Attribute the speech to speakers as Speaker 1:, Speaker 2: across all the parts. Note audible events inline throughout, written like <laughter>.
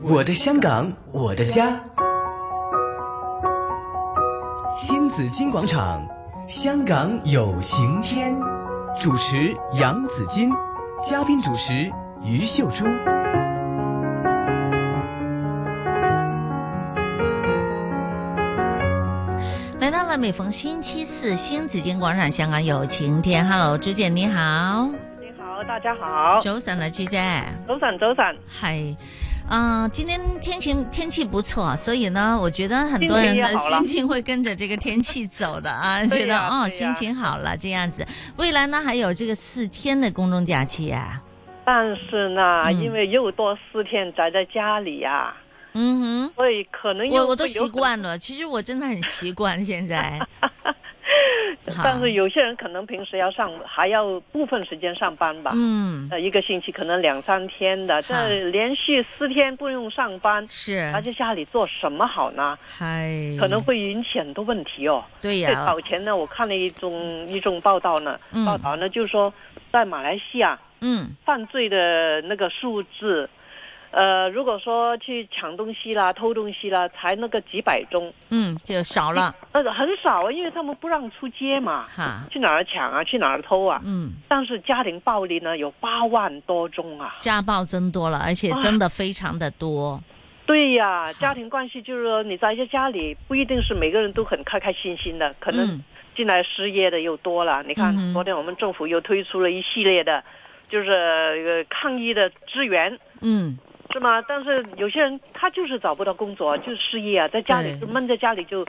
Speaker 1: 我的香港，我的家。新紫金广场，香港有晴天。主持杨紫金，嘉宾主持于秀珠。
Speaker 2: 来到了每逢星期四新紫金广场香港有晴天，Hello，朱姐你好，
Speaker 3: 你好，大家好，
Speaker 2: 早晨啦，朱姐，
Speaker 3: 早晨，早晨，
Speaker 2: 系，啊、今天天气天气不错，所以呢，我觉得很多人
Speaker 3: 心情
Speaker 2: 的
Speaker 3: 也好了
Speaker 2: 心情会跟着这个天气走的
Speaker 3: <laughs>
Speaker 2: 啊，觉
Speaker 3: 对
Speaker 2: 得
Speaker 3: 呀
Speaker 2: 哦
Speaker 3: 对呀
Speaker 2: 心情好了这样子。未来呢还有这个四天的公众假期啊，
Speaker 3: 但是呢，
Speaker 2: 嗯
Speaker 3: 因为又多四天宅在家里呀、
Speaker 2: 嗯哼。
Speaker 3: 所以可能又
Speaker 2: 我我都
Speaker 3: 哎会有
Speaker 2: 习惯了，其实我真的很习
Speaker 3: <laughs>
Speaker 2: 惯现在。
Speaker 3: 可
Speaker 2: 哈
Speaker 3: 能，但是有些人可能平时要上，还要部分时间上班吧。
Speaker 2: 嗯，
Speaker 3: 呃，一个星期可能两三天的，
Speaker 2: 哈
Speaker 3: 这连续四天不用上班，
Speaker 2: 是，嗯
Speaker 3: 而且家里做什么好呢？
Speaker 2: 嗨，
Speaker 3: 可能会引起很多问题哦。
Speaker 2: 对
Speaker 3: 在
Speaker 2: 呀，
Speaker 3: 早前呢，我看了一宗一宗报道呢，
Speaker 2: 嗯
Speaker 3: 报道呢就是说，在马来西亚，
Speaker 2: 嗯
Speaker 3: 犯罪的那个数字，呃，如果说去抢东西啦、偷东西啦，才那个几百宗，
Speaker 2: 嗯，就少了
Speaker 3: 那个很少啊，因为他们不让出街嘛，
Speaker 2: 哈，
Speaker 3: 去哪儿抢啊，去哪儿偷啊。
Speaker 2: 嗯。
Speaker 3: 但是家庭暴力呢，有八万多宗啊。
Speaker 2: 家暴增多了，而且真的非常的多。
Speaker 3: 对呀、家庭关系就是说你在家里不一定是每个人都很开开心心的，哎可能
Speaker 2: 嗯
Speaker 3: 进来失业的又多了。你
Speaker 2: 嗯哼
Speaker 3: 看，昨天我们政府又推出了一系列的，就是呃抗疫的支援。
Speaker 2: 嗯，
Speaker 3: 是吗？但是有些人他就是找不到工作，就失业啊，在家里
Speaker 2: 对
Speaker 3: 就闷在家里就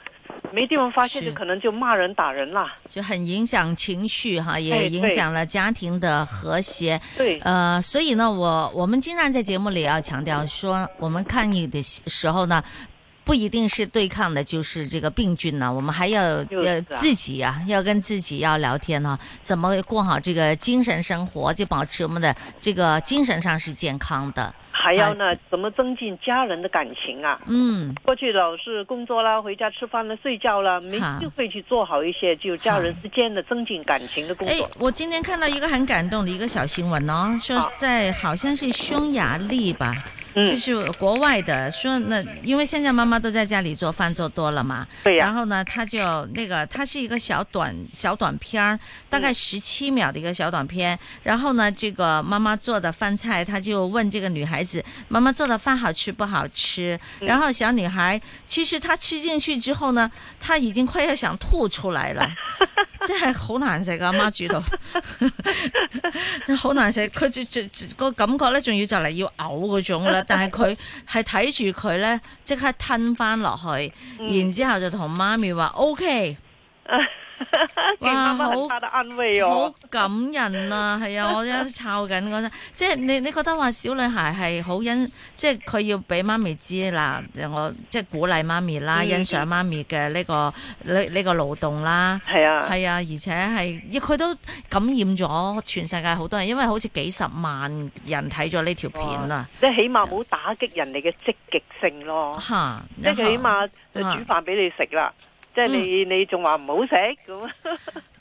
Speaker 3: 没地方发泄，
Speaker 2: 是
Speaker 3: 就可能就骂人打人啦。
Speaker 2: 就很影响情绪哈，也
Speaker 3: 哎对
Speaker 2: 影
Speaker 3: 对
Speaker 2: 响了家庭的和谐。
Speaker 3: 对，
Speaker 2: 呃，所以呢，我我们经常在节目里要强调说，我们抗疫的时候呢。不一定是对抗的，就是这个病菌呢、我们还要
Speaker 3: 就是
Speaker 2: 呃
Speaker 3: 啊
Speaker 2: 自己啊，要跟自己要聊天呢、怎么过好这个精神生活，就保持我们的这个精神上是健康的。
Speaker 3: 还要呢
Speaker 2: 孩子，
Speaker 3: 怎么增进家人的感情啊？
Speaker 2: 嗯，
Speaker 3: 过去老是工作啦，回家吃饭啦，睡觉啦，没
Speaker 2: 好
Speaker 3: 机会去做好一些就家人之间的增进感情的工
Speaker 2: 哎
Speaker 3: 作。，
Speaker 2: 我今天看到一个很感动的一个小新闻哦，说
Speaker 3: 好
Speaker 2: 在好像是匈牙利吧，就
Speaker 3: 嗯，
Speaker 2: 是国外的，说那因为现在妈妈都在家里做饭做多了嘛，
Speaker 3: 对呀、
Speaker 2: 然后呢，他就那个它是一个小短小短片儿，大
Speaker 3: 嗯
Speaker 2: 概十七秒的一个小短片，然后呢，这个妈妈做的饭菜，他就问这个女孩子，妈妈做的饭好吃不好吃？
Speaker 3: 嗯
Speaker 2: 然后小女孩其实她吃进去之后呢，她已经快要想吐出来
Speaker 3: <laughs>
Speaker 2: 了。真係好難食㗎，阿媽煮到，好難食。佢就就就個感覺咧，仲要就嚟要嘔嗰種啦。但係佢係睇住佢咧，即刻吞翻落去，
Speaker 3: 嗯
Speaker 2: 然之後就同媽咪話 O K，
Speaker 3: <laughs> 给妈妈
Speaker 2: 哇好
Speaker 3: 很大的安慰
Speaker 2: 好
Speaker 3: 哦。
Speaker 2: 感人啊！係
Speaker 3: <laughs>
Speaker 2: 啊，我而家抄緊嗰陣，即係你你覺得話小女孩係好欣，即係佢要俾媽咪知啦，我即係鼓勵媽咪啦，
Speaker 3: 嗯
Speaker 2: 欣賞媽咪嘅呢個呢呢個勞動啦。
Speaker 3: 系啊，
Speaker 2: 係啊，而且係佢都感染咗全世界好多人，因為好似幾十萬人睇咗呢條片啊啦，
Speaker 3: 即系起码冇打击人哋嘅积极性咯。
Speaker 2: 吓，
Speaker 3: 即系起码呃
Speaker 2: 啊嗯
Speaker 3: 煮饭俾你食啦。即系你你仲话唔好食咁。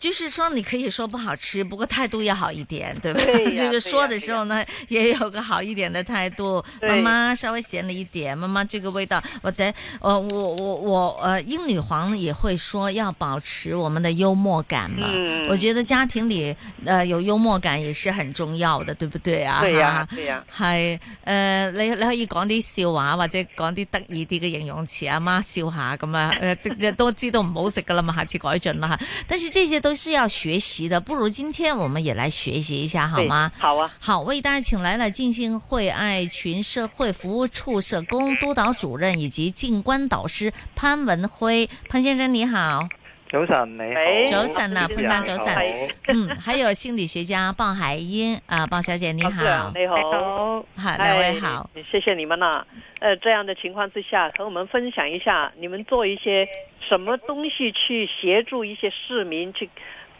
Speaker 2: 就是说你可以说不好吃，不过态度要好一点，对吧？
Speaker 3: 对
Speaker 2: <laughs>
Speaker 3: 呀
Speaker 2: 就是说的时候呢，也有个好一点的态度。
Speaker 3: 对
Speaker 2: 妈妈稍微咸了一点，妈妈这个味道，或者呃，我我我呃，英女皇也会说要保持我们的幽默感嘛。
Speaker 3: 嗯
Speaker 2: 我觉得家庭里呃有幽默感也是很重要的，对不对啊？
Speaker 3: 对
Speaker 2: 哈
Speaker 3: 呀，对呀。
Speaker 2: 系诶、呃你你可以講啲笑話或者講啲得意啲嘅形容詞，阿媽笑下咁啊，诶、即即都知道唔好食噶啦嘛，下次改進啦吓。但是這些都是要學習的，不如今天我們也來學習一下好
Speaker 3: 对
Speaker 2: 嗎？
Speaker 3: 好啊，
Speaker 2: 好，为大家請來了浸信會愛群社會服務處社工督導主任以及靜觀導師潘文輝潘先生你 <laughs> 好，
Speaker 4: 早晨你
Speaker 3: 喂
Speaker 4: 好，
Speaker 2: 早晨啊潘生早晨
Speaker 4: 你
Speaker 2: 嗯，還有心理學家鲍海英啊、鲍小姐你
Speaker 3: 好
Speaker 2: 好，
Speaker 3: 自然你好。
Speaker 5: 好，
Speaker 2: 好，
Speaker 3: 哎
Speaker 2: 兩位好，，
Speaker 3: 谢谢你们呐、呃，这样的情况之下，和我们分享一下，你们做一些什么东西去协助一些市民去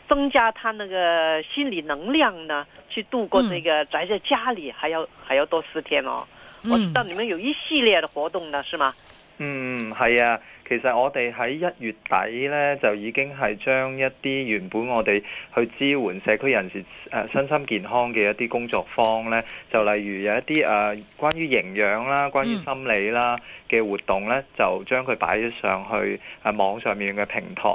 Speaker 3: 增加他那个心理能量呢？去度过这个宅在家里还要还要多四天哦。我知
Speaker 2: 嗯
Speaker 3: 道你们有一系列的活动呢，是吗？
Speaker 4: 嗯，係啊，其實我哋喺一月底呢，就已經係將一啲原本我哋去支援社區人士誒、呃身心健康嘅一啲工作坊呢，就例如有一啲誒、呃、關於營養啦、關於
Speaker 2: 嗯
Speaker 4: 心理啦嘅活動呢，就將佢擺咗上去誒、呃、網上面嘅平台。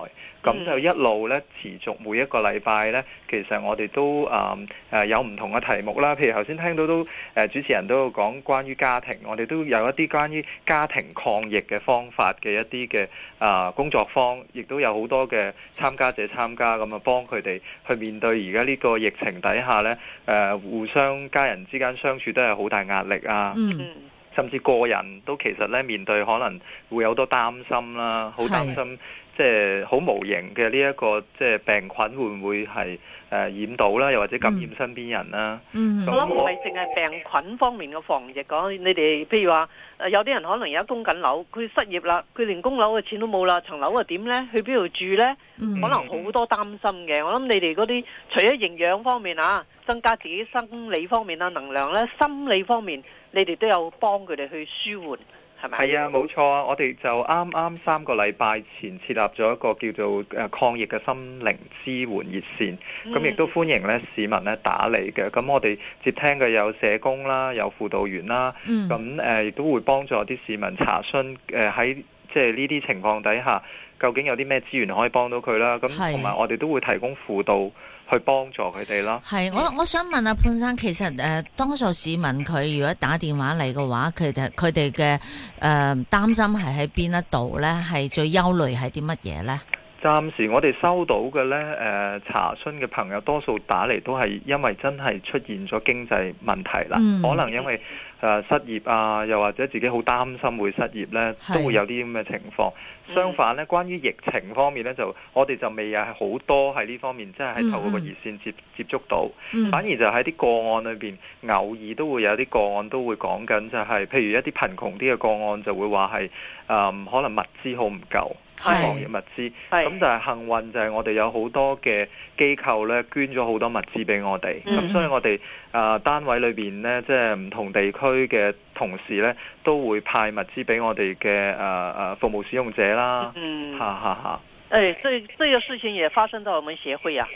Speaker 4: 咁
Speaker 3: 嗯
Speaker 4: 就一路咧持續每一個禮拜咧，其實我哋都誒誒、呃有唔同嘅題目啦。譬如頭先聽到都誒、呃主持人都有講關於家庭，我哋都有一啲關於家庭抗疫嘅方法嘅一啲嘅啊工作坊，亦都有好多嘅參加者參加，咁啊幫佢哋去面對而家呢個疫情底下咧誒、呃互相家人之間相處都係好大壓力啊。
Speaker 2: 嗯，
Speaker 3: 嗯
Speaker 4: 甚至個人都其實咧面對可能會有好多擔心啦，好擔心即係好無形嘅呢一個即係病菌會唔會係誒、呃染到啦，又或者感染身邊人啦。
Speaker 2: 嗯
Speaker 3: 我
Speaker 4: 咁
Speaker 3: 諗唔係淨係病菌方面嘅防疫講，你哋譬如話，誒有啲人可能而家供緊樓，佢失業啦，佢連供樓嘅錢都冇啦，層樓又點呢？去邊度住呢？
Speaker 2: 嗯
Speaker 3: 可能好多擔心嘅。我諗你哋嗰啲除咗營養方面啊，增加自己生理方面啊能量呢，心理方面你哋都有幫佢哋去舒緩，係咪？
Speaker 4: 係啊，冇錯啊！我哋就啱啱三個禮拜前設立咗一個叫做誒抗疫嘅心靈支援熱線，
Speaker 3: 嗯，
Speaker 4: 咁亦都歡迎咧市民咧打嚟嘅。咁我哋接聽嘅有社工啦，有輔導員啦。
Speaker 2: 嗯
Speaker 4: 咁誒亦都會幫助啲市民查詢誒喺即係呢啲情況底下，究竟有啲咩資源可以幫到佢啦？咁
Speaker 2: 係
Speaker 4: 同埋我哋都會提供輔導去幫助佢哋啦。
Speaker 2: 係，我
Speaker 3: 嗯
Speaker 2: 我想問啊潘生，其實誒、呃、多數市民佢如果打電話嚟嘅話，佢哋佢哋嘅誒擔心係喺邊一度咧？係最憂慮係啲乜嘢咧？
Speaker 4: 暫時我哋收到嘅呢誒查詢嘅朋友，多數打嚟都係因為真係出現咗經濟問題啦，
Speaker 2: 嗯
Speaker 4: 可能因為誒、呃失業啊，又或者自己好擔心會失業呢，
Speaker 2: 係
Speaker 4: 都會有啲咁嘅情況。
Speaker 3: 嗯
Speaker 4: 相反呢，關於疫情方面呢，就我哋就未係好多喺呢方面，即係係透過個
Speaker 2: 嗯嗯
Speaker 4: 熱線接接觸到。
Speaker 2: 嗯
Speaker 4: 反而就喺啲個案裏邊，偶爾都會有啲個案都會講緊，就係譬如一啲貧窮啲嘅個案就會話係誒可能物資好唔夠，
Speaker 3: 係
Speaker 4: 防疫物資。
Speaker 3: 嗯係
Speaker 4: 咁但係幸運就係我哋有好多嘅機構咧捐咗好多物資俾我哋，咁、
Speaker 3: 嗯
Speaker 4: 所以我哋誒、呃、單位裏邊咧，即係唔同地區嘅同事咧，都會派物資俾我哋嘅誒誒服務使用者啦，
Speaker 3: 嗯
Speaker 4: 嚇。嚇嚇。
Speaker 3: 哎，这这个事情也发生在我们协会呀、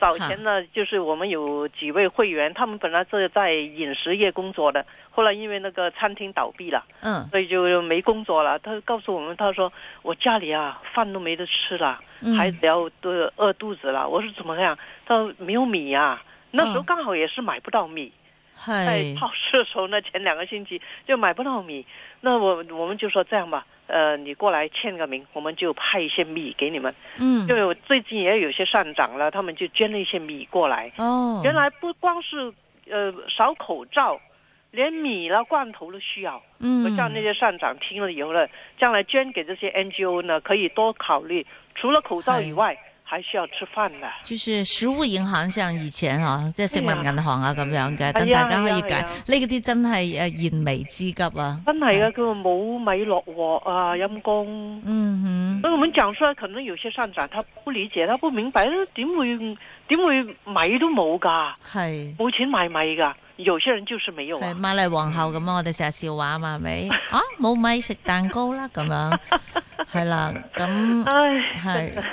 Speaker 3: 早前呢，就是我们有几位会员，他们本来是在饮食业工作的，后来因为那个餐厅倒闭了，
Speaker 2: 嗯
Speaker 3: 所以就没工作了。他告诉我们，他说我家里啊饭都没得吃了，
Speaker 2: 嗯
Speaker 3: 孩子要饿饿肚子了。我说怎么样？他说没有米啊。那时候
Speaker 2: 嗯哎
Speaker 3: 刚好也是买不到米，在
Speaker 2: 係
Speaker 3: 超市的时候，那前两个星期就买不到米。那我我们就说这样吧，呃，你过来签个名，我们就派一些米给你们。
Speaker 2: 嗯
Speaker 3: 就有最近也有些善长了，他们就捐了一些米过来。
Speaker 2: 哦
Speaker 3: 原来不光是呃少口罩，连米啦罐头都需要。
Speaker 2: 嗯
Speaker 3: 我像那些善长听了以后呢，将来捐给这些 NGO 呢，可以多考虑，除了口罩以外，还需要吃饭呢。
Speaker 2: 就是食物銀行，像以前啊，即係食物
Speaker 3: 係啊
Speaker 2: 銀行啊咁樣嘅，等
Speaker 3: 係啊
Speaker 2: 大家可以
Speaker 3: 係啊
Speaker 2: 解
Speaker 3: 係啊
Speaker 2: 呢啲真係誒燃眉之急啊！
Speaker 3: 真系啊，佢话冇米落镬啊，阴公。
Speaker 2: 嗯哼，
Speaker 3: 所以我们讲出来，可能有些善长他不理解，他不明白，呃点会点会米都冇噶，
Speaker 2: 係。
Speaker 3: 冇钱买米噶。有些人就是没有
Speaker 2: 系
Speaker 3: 啊。
Speaker 2: 瑪麗皇后咁啊！我哋成日笑話啊嘛，係咪？
Speaker 3: <laughs>
Speaker 2: 啊，冇米食蛋糕啦，咁樣係啦，咁
Speaker 3: 唉。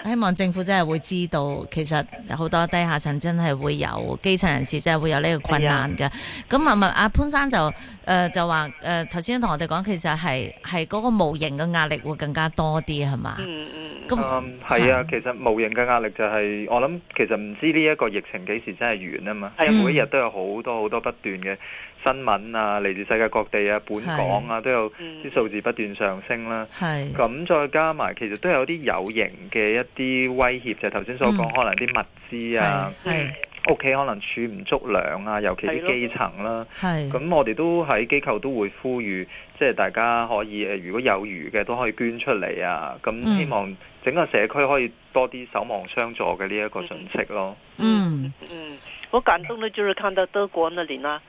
Speaker 2: 係希望政府真係會知道，其實好多低下層真係會有基層人士真係會有呢個困難嘅。咁啊，咪阿潘生就誒、呃就話誒頭先同我哋講，其實係係嗰個無形嘅壓力會更加多啲，係
Speaker 4: 啊
Speaker 2: 嘛？
Speaker 3: 嗯嗯，
Speaker 2: 咁
Speaker 4: 嗯，係啊，其實無形嘅壓力就係、我諗，其實唔知呢一個疫情幾時真係完啊嘛，
Speaker 3: 係
Speaker 2: 啊
Speaker 4: 每一日都有好多好多不斷嘅新聞啊，嚟自世界各地啊、本港啊，都有
Speaker 3: 嗯
Speaker 4: 啲數字不斷上升啦。
Speaker 2: 係
Speaker 4: 咁再加埋，其實都有啲有形嘅一啲威脅，就係頭先所
Speaker 2: 嗯
Speaker 4: 講，可能啲物資啊
Speaker 2: 係，係
Speaker 4: 屋企可能儲唔足糧啊，尤其
Speaker 3: 係
Speaker 4: 啲
Speaker 3: 咯
Speaker 4: 基層啦。
Speaker 3: 嗯
Speaker 2: 係
Speaker 4: 咁我哋都喺機構都會呼籲，即係大家可以誒，如果有餘嘅都可以捐出嚟啊！
Speaker 2: 嗯
Speaker 4: 咁希望整個社區可以多啲守望相助嘅呢一個信息咯。
Speaker 2: 嗯
Speaker 3: 嗯，我感动的就是看到德国那里呢，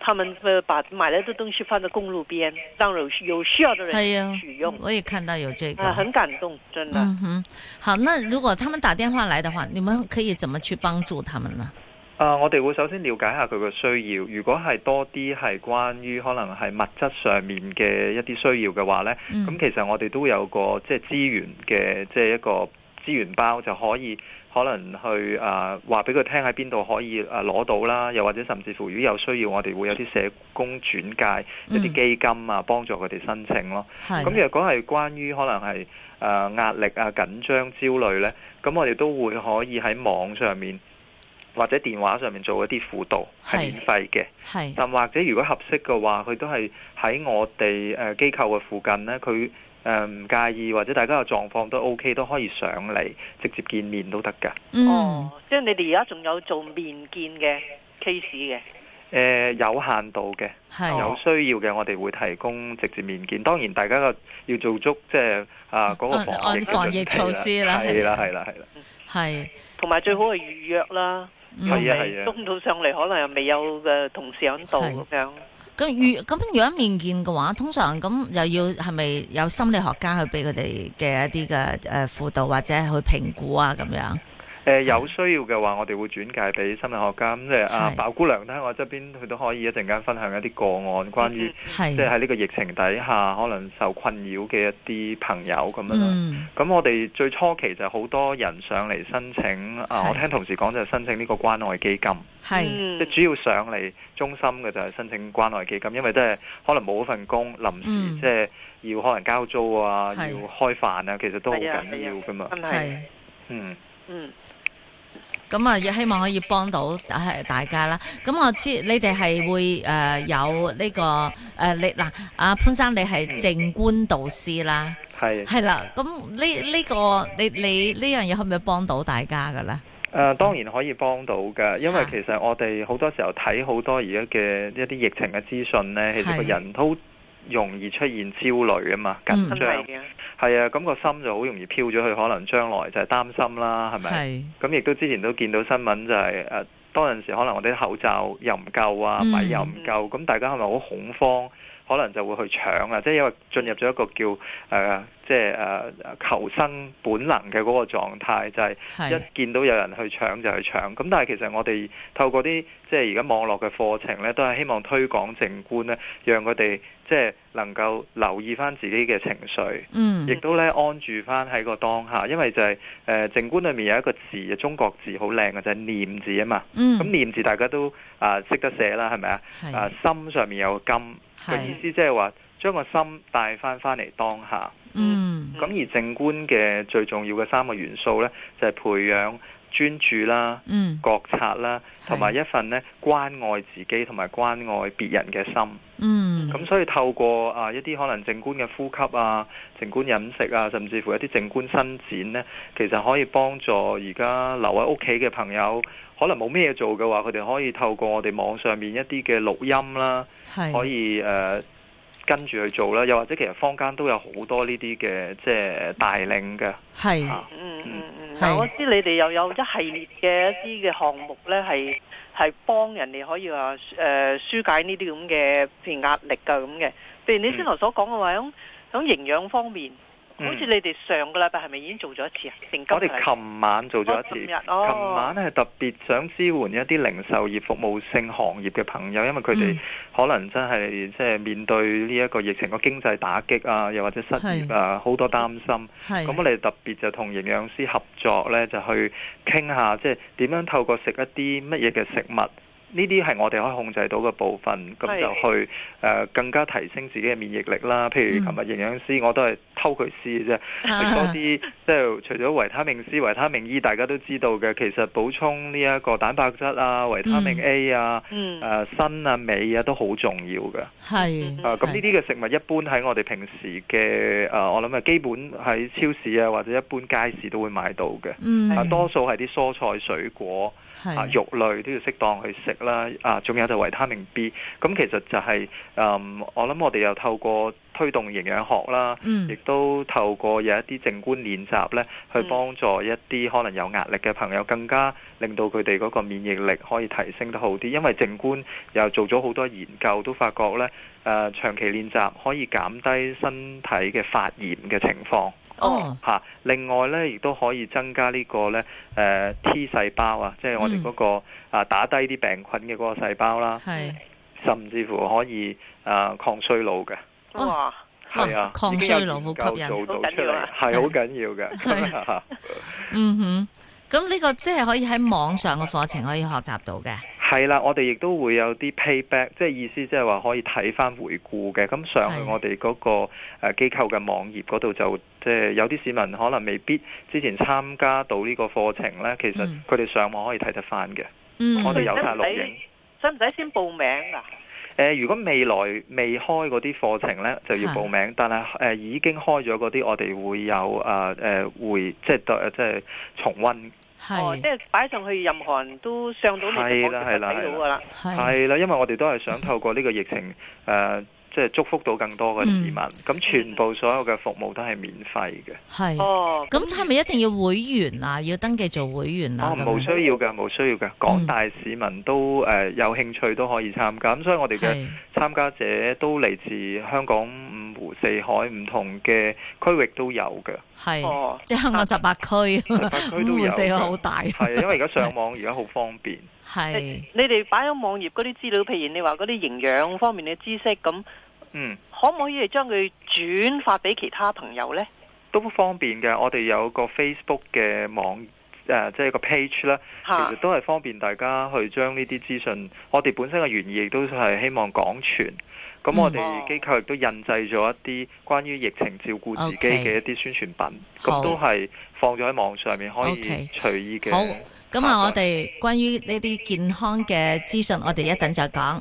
Speaker 3: 他们呃把买来的东西放在公路边，让有有需要的
Speaker 2: 係啊
Speaker 3: 人取用，，
Speaker 2: 我也看到有這個
Speaker 3: 啊，。很感动，真的。
Speaker 2: 嗯嗯哼，好，那如果他们打电话来的话，你们可以怎么去帮助他们呢？
Speaker 4: 誒、啊，我哋會首先了解下佢嘅需要。如果係多啲係關於可能係物質上面嘅一啲需要嘅話呢，
Speaker 2: 嗯
Speaker 4: 咁、其實我哋都有個即係資源嘅，即係一個資源包就可以。可能去啊話俾佢聽喺邊度可以啊攞到啦，又或者甚至乎如果有需要，我哋會有啲社工轉介一啲基金啊，幫助佢哋申請咯。
Speaker 2: 嗯係
Speaker 4: 咁若果係關於可能係誒、呃、壓力啊、緊張、焦慮呢，咁我哋都會可以喺網上面或者電話上面做一啲輔導，係
Speaker 2: 係
Speaker 4: 免費嘅。
Speaker 2: 係
Speaker 4: 但或者如果合適嘅話，佢都係喺我哋誒、呃機構嘅附近呢，佢誒唔介意，或者大家嘅狀況都 OK，都可以上嚟直接見面都得㗎。
Speaker 2: 嗯
Speaker 3: 哦，即係你哋而家仲有做面見嘅 case 嘅，
Speaker 4: 誒、呃有限度嘅，
Speaker 2: 係
Speaker 4: 有需要嘅，我哋會提供直接面見。當然，大家個要做足即係啊嗰個
Speaker 2: 嗯按按
Speaker 4: 防疫嘅
Speaker 2: 防疫
Speaker 4: 準備啦
Speaker 2: 措施啦
Speaker 4: 係啦，
Speaker 2: 係
Speaker 4: 係啦，係啦。
Speaker 2: 係
Speaker 3: 同埋最好係預約啦。
Speaker 2: 嗯
Speaker 4: 係啊係啊
Speaker 3: 中到上嚟可能又未有嘅同事喺度
Speaker 2: 係
Speaker 3: 咁樣。
Speaker 2: 咁如咁樣面見嘅話，通常咁又要係咪有心理學家去俾佢哋嘅一啲嘅誒輔導或者係去評估啊咁樣？
Speaker 4: 誒、呃有需要嘅話，我哋會轉介俾心理學家。咁即係啊
Speaker 2: 係，
Speaker 4: 鮑姑娘咧，我側邊佢都可以一陣間分享一啲個案，關於即係
Speaker 2: 係
Speaker 4: 啊喺呢個疫情底下可能受困擾嘅一啲朋友咁樣啦。
Speaker 2: 嗯
Speaker 4: 咁我哋最初期就好多人上嚟申請，啊，
Speaker 2: 係
Speaker 4: 我聽同事講就係申請呢個關愛基金，
Speaker 2: 係
Speaker 3: 嗯
Speaker 4: 即係主要上嚟中心嘅就係申請關愛基金，因為都係可能冇咗份工，臨
Speaker 2: 嗯
Speaker 4: 時即係要可能交租啊，要
Speaker 2: 係
Speaker 4: 開飯啊，其實都好
Speaker 3: 係啊
Speaker 4: 緊要噶嘛。
Speaker 3: 真係，啊
Speaker 2: 係。
Speaker 4: 嗯，
Speaker 3: 嗯，
Speaker 2: 咁啊，亦希望可以幫到係大家啦。咁我知你哋係會誒、呃有呢、個誒、呃你嗱，阿、潘生你係靜觀導師啦，
Speaker 4: 係。
Speaker 2: 係啦。咁呢呢個你你呢樣嘢可唔可以幫到大家㗎咧？
Speaker 4: 誒、當呃然可以幫到㗎，因為
Speaker 2: 嚇
Speaker 4: 其實我哋好多時候睇好多而家嘅一啲疫情嘅資訊呢，其實個
Speaker 2: 係
Speaker 4: 人都容易出現焦慮啊嘛，
Speaker 2: 嗯
Speaker 4: 緊
Speaker 3: 真
Speaker 4: 張
Speaker 3: 係嘅，
Speaker 4: 係啊，咁、個心就好容易飄咗去，可能將來就係擔心啦，係咪？
Speaker 2: 係
Speaker 4: 咁亦都之前都見到新聞就係、誒、當陣時可能我哋啲口罩又唔夠啊，
Speaker 2: 嗯
Speaker 4: 米又唔夠，咁大家係咪好恐慌？可能就會去搶啊，即係因為進入咗一個叫誒、即係誒、呃求生本能嘅嗰個狀態，就係、
Speaker 2: 係
Speaker 4: 一見到有人去搶就去搶，咁但係其實我哋透過啲即係而家網絡嘅課程呢，都係希望推廣靜觀呢，讓佢哋即係能夠留意翻自己嘅情緒，
Speaker 2: 嗯
Speaker 4: 亦都呢安住翻喺個當下，因為就係、誒靜觀裏面有一個字，中國字好靚嘅就係、念字啊嘛。
Speaker 2: 嗯
Speaker 4: 咁念字大家都啊識得寫啦，係咪啊？啊
Speaker 2: 係
Speaker 4: 心上面有個金嘅意
Speaker 2: 係
Speaker 4: 思，即係話將個心帶翻翻嚟當下。
Speaker 2: 嗯
Speaker 4: 咁而靜觀嘅最重要嘅三個元素呢，就係、培養專注啦、
Speaker 2: 嗯
Speaker 4: 覺察啦，
Speaker 2: 係
Speaker 4: 同埋一份呢關愛自己同埋關愛別人嘅心。
Speaker 2: 嗯
Speaker 4: 咁所以透過啊一啲可能靜觀嘅呼吸啊、靜觀飲食啊，甚至乎一啲靜觀伸展呢，其實可以幫助而家留喺屋企嘅朋友，可能冇咩嘢做嘅話，佢哋可以透過我哋網上面一啲嘅錄音啦。
Speaker 2: 係
Speaker 4: 可以誒、呃跟住去做啦，又或者其實坊間都有好多呢啲嘅即係帶領嘅，
Speaker 2: 係
Speaker 4: 啊
Speaker 3: 嗯嗯嗯。
Speaker 2: 係
Speaker 3: 嗱，我知你哋又有一系列嘅一啲嘅項目咧，係係幫人哋可以話誒、呃舒解呢啲咁嘅譬如壓力啊咁嘅。譬如你先頭所講嘅話，響響營養方面，好似
Speaker 4: 嗯
Speaker 3: 你哋上個禮拜係咪已經做咗一次啊？定今
Speaker 4: 我
Speaker 3: 個禮拜
Speaker 4: 哋琴晚做咗一
Speaker 3: 哦
Speaker 4: 次，
Speaker 3: 琴
Speaker 4: 琴
Speaker 3: 日哦
Speaker 4: 晚係特別想支援一啲零售業、服務性行業嘅朋友，因為佢哋
Speaker 2: 嗯
Speaker 4: 可能真係即係面對呢一個疫情個經濟打擊啊，又或者失業啊，好多擔心。
Speaker 2: 嗯係
Speaker 4: 咁我哋特別就同營養師合作呢，就去傾下即係點樣透過食一啲乜嘢嘅食物，呢啲係我哋可以控制到嘅部分，咁
Speaker 3: 係
Speaker 4: 就去誒、呃更加提升自己嘅免疫力啦。譬如
Speaker 2: 嗯啊
Speaker 4: 琴日營養師我都係偷佢試嘅啫，食啊多啲即係除咗維他命 C、維他命 E 大家都知道嘅，其實補充呢一個蛋白質啊、維他命
Speaker 2: 嗯
Speaker 4: A 啊、
Speaker 3: 嗯
Speaker 4: 誒鋅啊、鎂啊都好重要嘅。
Speaker 2: <laughs> 係
Speaker 4: 啊，咁呢啲嘅食物一般喺我哋平時嘅誒、呃我諗係基本喺超市啊或者一般街市都會買到嘅。
Speaker 2: 嗯
Speaker 4: 啊，多數係啲蔬菜、水果啊、
Speaker 2: 係
Speaker 4: 肉類都要適當去食啦。啊，仲有就維他命 B。咁其實就係、嗯，我諗我哋又透過推動營養學啦，
Speaker 2: 嗯
Speaker 4: 亦都透過有一啲靜觀練習呢，去
Speaker 3: 嗯
Speaker 4: 幫助一啲可能有壓力嘅朋友，更加令到佢哋嗰個免疫力可以提升得好啲。因為靜觀又做咗好多研究，都發呃覺呢，誒、長期練習可以減低身體嘅發炎嘅情況。
Speaker 2: 哦，
Speaker 4: 嚇、另外咧，亦都可以增加呢個咧誒、呃 T 細胞啊，即係我哋嗰、個、啊打低啲病菌嘅嗰個細胞啦，
Speaker 2: 嗯係
Speaker 4: 甚至乎可以誒、呃抗衰老嘅。
Speaker 2: 哦
Speaker 3: 哇，
Speaker 4: 係啊，
Speaker 2: 抗
Speaker 4: 已經
Speaker 2: 衰
Speaker 4: 有
Speaker 2: 老
Speaker 4: 研
Speaker 2: 好吸
Speaker 4: 究
Speaker 2: 引
Speaker 4: 做到出
Speaker 3: 好緊要 <laughs>
Speaker 4: 嚟
Speaker 3: 啊
Speaker 4: 係好緊要嘅。咁啊
Speaker 2: 嗯哼，咁呢個即係可以喺網上嘅課程可以學習到嘅。
Speaker 4: <laughs> 係啦，我哋亦都會有啲 payback，即係意思即係話可以睇翻回顧嘅。咁上去
Speaker 2: 係
Speaker 4: 我哋嗰個誒機構嘅網頁嗰度就即係有啲市民可能未必之前參加到呢個課程呢，其實
Speaker 2: 嗯
Speaker 4: 佢哋上網可以睇得翻嘅。
Speaker 2: 嗯，
Speaker 4: 我哋有晒錄影。
Speaker 3: 使唔使先報名啊噶？
Speaker 4: 誒、呃如果未來未開嗰啲課程呢，就要報名。但係誒、呃已經開咗嗰啲，我哋會有誒誒、會即係對即係重温。
Speaker 3: 哦，即
Speaker 2: 係
Speaker 3: 係擺上去，任何人都上到你嘅網
Speaker 4: 係啦
Speaker 3: 頁就
Speaker 4: 係啦
Speaker 3: 睇到噶啦。
Speaker 2: 係
Speaker 4: 係啦，因為我哋都係想透過呢個疫情誒、即係祝福到更多
Speaker 2: 嗯
Speaker 4: 嘅市民。咁、全部所有嘅服務都係免費嘅。
Speaker 2: 係。
Speaker 3: 哦，
Speaker 2: 咁係咪一定要會員啊？要登記做會員啊？
Speaker 4: 哦，
Speaker 2: 咁
Speaker 4: 冇
Speaker 2: 樣嗯
Speaker 4: 需要嘅，冇需要嘅。廣大市民都誒、呃有興趣都可以參加。咁所以我哋嘅
Speaker 2: 係
Speaker 4: 參加者都嚟自香港五湖四海唔同嘅區域都有
Speaker 2: <laughs>
Speaker 4: 嘅。
Speaker 2: 係，
Speaker 3: 哦，
Speaker 2: 即係香港十
Speaker 4: <laughs>
Speaker 2: 八區，
Speaker 4: 八區都
Speaker 2: 五湖
Speaker 4: 有
Speaker 2: 四
Speaker 4: 嘅
Speaker 2: 海好
Speaker 4: <laughs>
Speaker 2: 大。
Speaker 4: 係啊，因為而家上網而家好方便。
Speaker 2: 係
Speaker 3: 你哋擺喺網頁嗰啲資料，譬如你話嗰啲營養方面嘅知識，咁
Speaker 4: 嗯，
Speaker 3: 可唔可以將佢轉發俾其他朋友呢？
Speaker 4: 都方便嘅。我哋有個 Facebook 嘅網誒、即係個 page 啦，其
Speaker 3: 嚇
Speaker 4: 實都係方便大家去將呢啲資訊。我哋本身嘅原意亦都係希望廣傳。咁我
Speaker 3: 嗯
Speaker 2: 哦
Speaker 4: 哋機構亦都印製咗一啲關於疫情照顧自
Speaker 2: OK
Speaker 4: 己嘅一啲宣傳品，
Speaker 2: 好
Speaker 4: 咁都係放咗喺網上面，可以
Speaker 2: OK 啊
Speaker 4: 隨意嘅。
Speaker 2: 好。咁啊，我哋關於呢啲健康嘅資訊，我哋一陣再講。